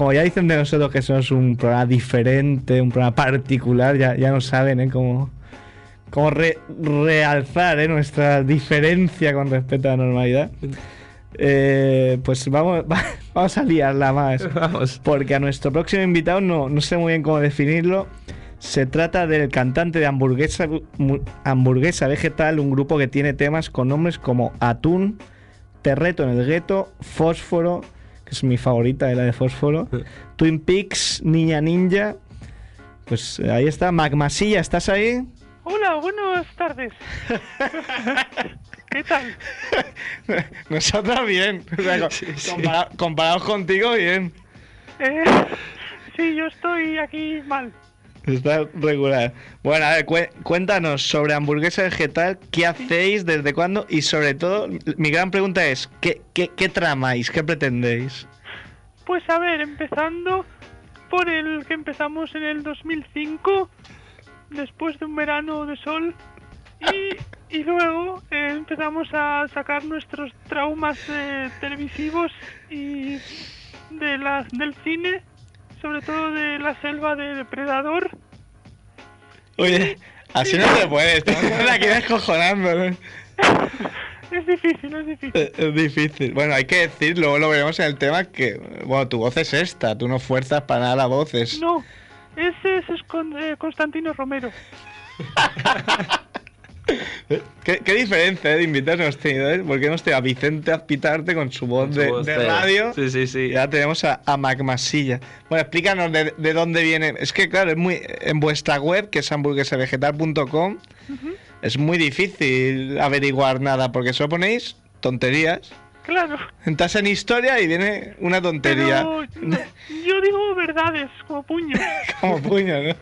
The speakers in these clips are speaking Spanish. Como ya dicen de nosotros que somos un programa diferente, un programa particular, ya, ya no saben ¿eh? cómo, cómo re- realzar ¿eh? nuestra diferencia con respecto a la normalidad. Eh, pues vamos, vamos a liarla más. Vamos. Porque a nuestro próximo invitado, no, no sé muy bien cómo definirlo, se trata del cantante de hamburguesa, mu- hamburguesa vegetal, un grupo que tiene temas con nombres como Atún, Terreto en el gueto, Fósforo, que es mi favorita, eh, la de Fósforo, Twin Peaks, Niña Ninja. Pues eh, ahí está, Magmasilla, ¿estás ahí? Hola, buenas tardes. ¿Qué tal? Nosotros bien, o sea, co- compara- comparados contigo bien. Eh, sí, yo estoy aquí mal. Está regular. Bueno, a ver, cué- cuéntanos sobre hamburguesa vegetal, qué hacéis, desde cuándo y sobre todo, l- mi gran pregunta es, ¿qué, qué, qué tramáis? ¿Qué pretendéis? Pues a ver, empezando por el que empezamos en el 2005, después de un verano de sol, y, y luego eh, empezamos a sacar nuestros traumas eh, televisivos y de la- del cine, sobre todo de la selva de Depredador. Oye, así no se puede, estamos aquí descojonando. ¿no? Es difícil, es difícil. Eh, Es difícil. Bueno, hay que decir, luego lo veremos en el tema, que, bueno, tu voz es esta, tú no fuerzas para nada la voz. es- No, ese es Escon- eh, Constantino Romero. Eh, ¿Qué, qué diferencia eh, de invitados hemos tenido, ¿eh? Porque hemos tenido a Vicente Azpitarte con su voz, Con su de, voz de de- radio. Sí, sí, sí. Y ahora tenemos a, a Magmasilla. Bueno, explícanos de, de dónde viene. Es que, claro, es muy en vuestra web, que es hamburguesavegetal.com, es muy difícil averiguar nada, porque solo ponéis tonterías. Claro. Entras en historia y viene una tontería. Pero yo digo verdades como puños Como puño, ¿no?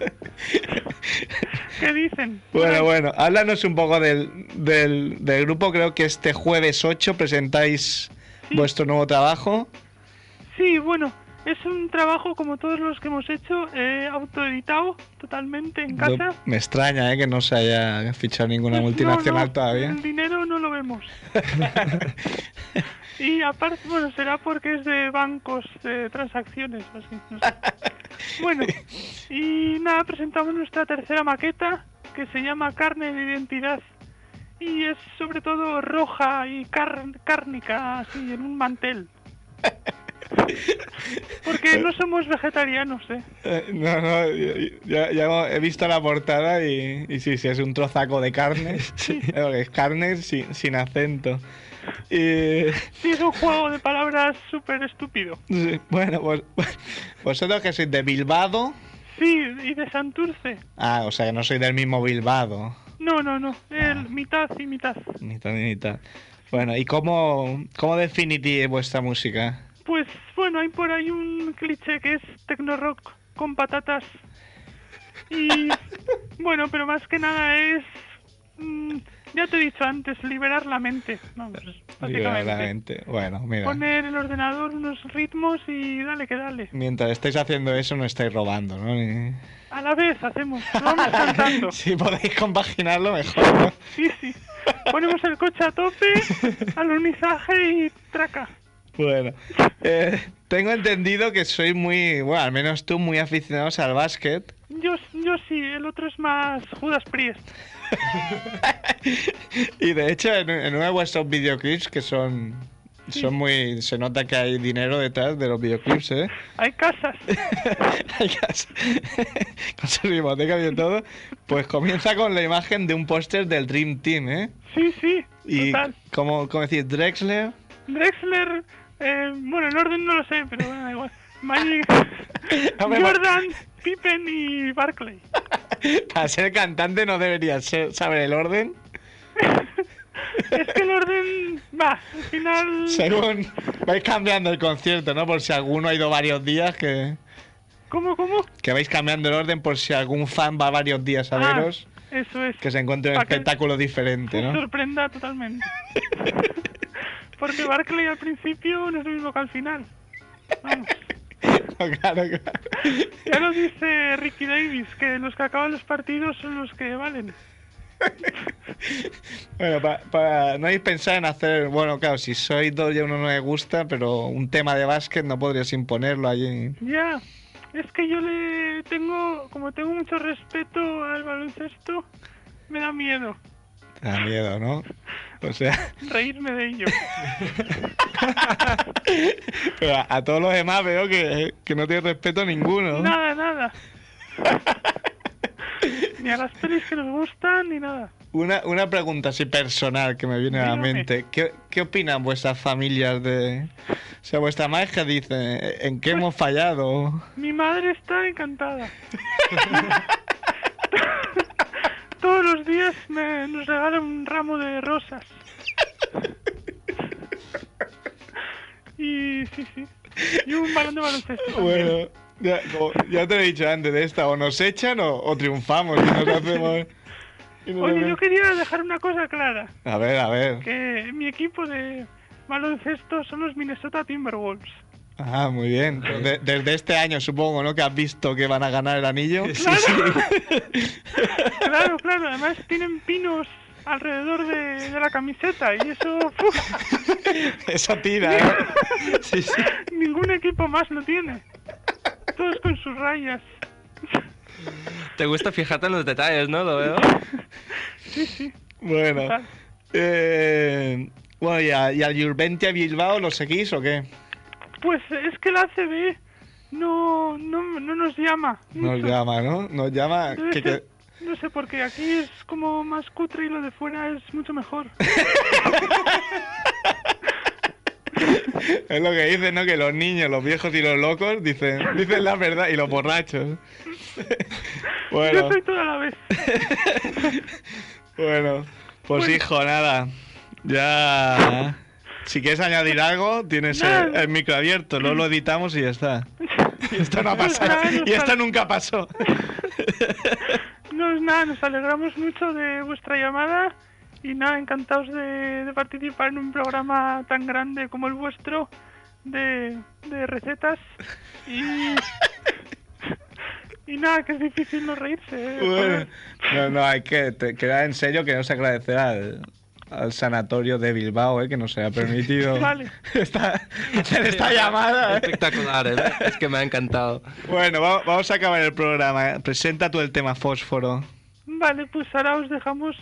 que dicen. Bueno, bueno, háblanos un poco del, del, del grupo. Creo que este jueves 8 presentáis Sí. vuestro nuevo trabajo. Sí, bueno, es un trabajo como todos los que hemos hecho, eh, autoeditado totalmente en Yo- casa. me extraña ¿eh? que no se haya fichado ninguna Pues no, multinacional no, todavía. El dinero no lo vemos. y aparte, bueno, será porque es de bancos, de transacciones, o así. no sé. Bueno, y nada, presentamos nuestra tercera maqueta que se llama Carne de Identidad. Y es sobre todo roja y car- cárnica, así, en un mantel. Porque no somos vegetarianos, ¿eh? Eh, No, no, yo- ya, ya he visto la portada y, y sí, sí, es un trozaco de carne. Eh, porque Es carne sin, sin acento. Y Sí, es un juego de palabras súper estúpido. sí, bueno, vos- vosotros que sois de Bilbado. Sí, y de Santurce. Ah, o sea, que no sois del mismo Bilbado. No, no, no. El mitad y mitad. Ni tal ni tal. Bueno, ¿y cómo, cómo definís vuestra música? Pues bueno, hay por ahí un cliché que es tecnorock con patatas. Y bueno, pero más que nada es. mm, ya te he dicho antes, liberar la mente. Vamos, básicamente. Liberadamente. Bueno, mira. Poner el ordenador unos ritmos y dale que dale. Mientras estáis haciendo eso, no estáis robando, ¿no? Ni- A la vez hacemos, lo vamos cantando. Si podéis compaginarlo, mejor. ¿no? Sí, sí. Ponemos el coche a tope, al unizaje y traca. Bueno, eh, tengo entendido que soy muy, bueno, al menos tú, muy aficionados al básquet. Yo, yo sí, el otro es más Judas Priest. Y de hecho, en, en uno de vuestros videoclips, que son, son muy. Se nota que hay dinero detrás de los videoclips, ¿eh? Hay casas. Hay gas- con sus hipotecas y todo. Pues comienza con la imagen de un póster del Dream Team, ¿eh? Sí, sí, Y, total. como, como decir, Drexler. Drexler, eh, bueno, el orden no lo sé, pero bueno, da igual. Magic, Hombre, pa- Jordan, Pippen y Barclay. Para ser cantante no debería ser- saber el orden. Es que el orden va, al final, Según vais cambiando el concierto, ¿no? Por si alguno ha ido varios días, que, ¿cómo, cómo? que vais cambiando el orden por si algún fan va varios días a Ah, veros, eso es, que se encuentre un pa' que- espectáculo diferente, os ¿no? sorprenda totalmente. Porque Barclay al principio no es lo mismo que al final. Vamos, Claro, claro. ya lo dice Ricky Davis, que los que acaban los partidos son los que valen. Bueno, para, no habéis pensado en hacer. Bueno, claro, si sois dos y a uno no le gusta, pero un tema de básquet no podrías imponerlo allí. Ya, es que yo le tengo, como tengo mucho respeto al baloncesto, me da miedo Te da miedo, ¿no? O sea, reírme de ello. pero a, a todos los demás veo que, que no tienes respeto ninguno. Nada, nada. Ni a las pelis que nos gustan, ni nada. Una, una pregunta así personal que me viene a la Dígame. mente. ¿Qué, qué opinan vuestras familias de... O sea, vuestra madre que dice, ¿en qué hemos fallado? Mi madre está encantada. Todos los días me, nos regalan un ramo de rosas. Y sí, sí. Y un balón de baloncesto. también. Bueno, ya, como- ya te lo he dicho antes de esta, o nos echan o, o triunfamos y nos hacemos... y nos Oye, hacemos- yo quería dejar una cosa clara. A ver, a ver. Que mi equipo de baloncesto son los Minnesota Timberwolves. Ah, muy bien. Pues de- desde este año supongo, ¿no? Que has visto que van a ganar el anillo. Claro, claro, claro. Además tienen pinos alrededor de, de la camiseta y eso... ¡puf! Esa tira, ¿eh? Sí, sí. Ningún equipo más lo tiene. Todos con sus rayas. Te gusta fijarte en los detalles, ¿no? Lo veo. Sí, sí. Bueno. Total. Eh, bueno, ¿y, a- y al Jurventia Bilbao lo seguís o qué? Pues es que la ACB no, no, no nos llama. Nos mucho. llama, ¿no? Nos llama... Debe que- ser- que- No sé, porque aquí es como más cutre y lo de fuera es mucho mejor. es lo que dicen, ¿no? Que los niños, los viejos y los locos dicen, dicen la verdad y los borrachos. bueno, Yo soy toda la vez. bueno. Pues Bueno. hijo, nada. Ya... Si quieres añadir algo, tienes el, Nada. el micro abierto, luego lo editamos y ya está. Y esto no ha Pues pasado. nada, nos Y esto sal- nunca pasó. No es nada, nos alegramos mucho de vuestra llamada y nada, encantados de, de participar en un programa tan grande como el vuestro de, de recetas y... Y nada, que es difícil no reírse. eh, Bueno, joder. no, no, hay que te- quedar en serio que no se agradecer al, al sanatorio de Bilbao, eh, que nos haya permitido Vale. esta, hacer esta llamada. eh. Espectacular, ¿eh? Es que me ha encantado. Bueno, va- vamos a acabar el programa. Presenta tú el tema fósforo. Vale, pues ahora os dejamos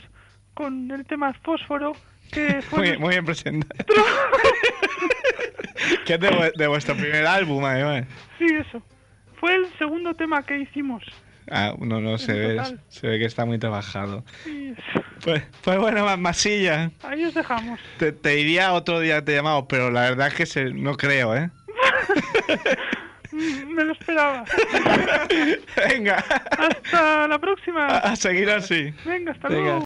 con el tema fósforo, que fue... Muy, bien- muy bien presentado. que es de, vu- de vuestro primer álbum, además. Sí, eso. Fue el segundo tema que hicimos. Ah, no, no, se En ve, total. se ve que está muy trabajado. Y eso. Pues, pues bueno, Ma- Masilla, Ahí os dejamos. te, te diría otro día te llamamos, pero la verdad es que se- no creo, ¿eh? Mm, Me lo esperaba. Venga. Hasta la próxima. a seguir así. Venga, hasta Ah, Venga. luego.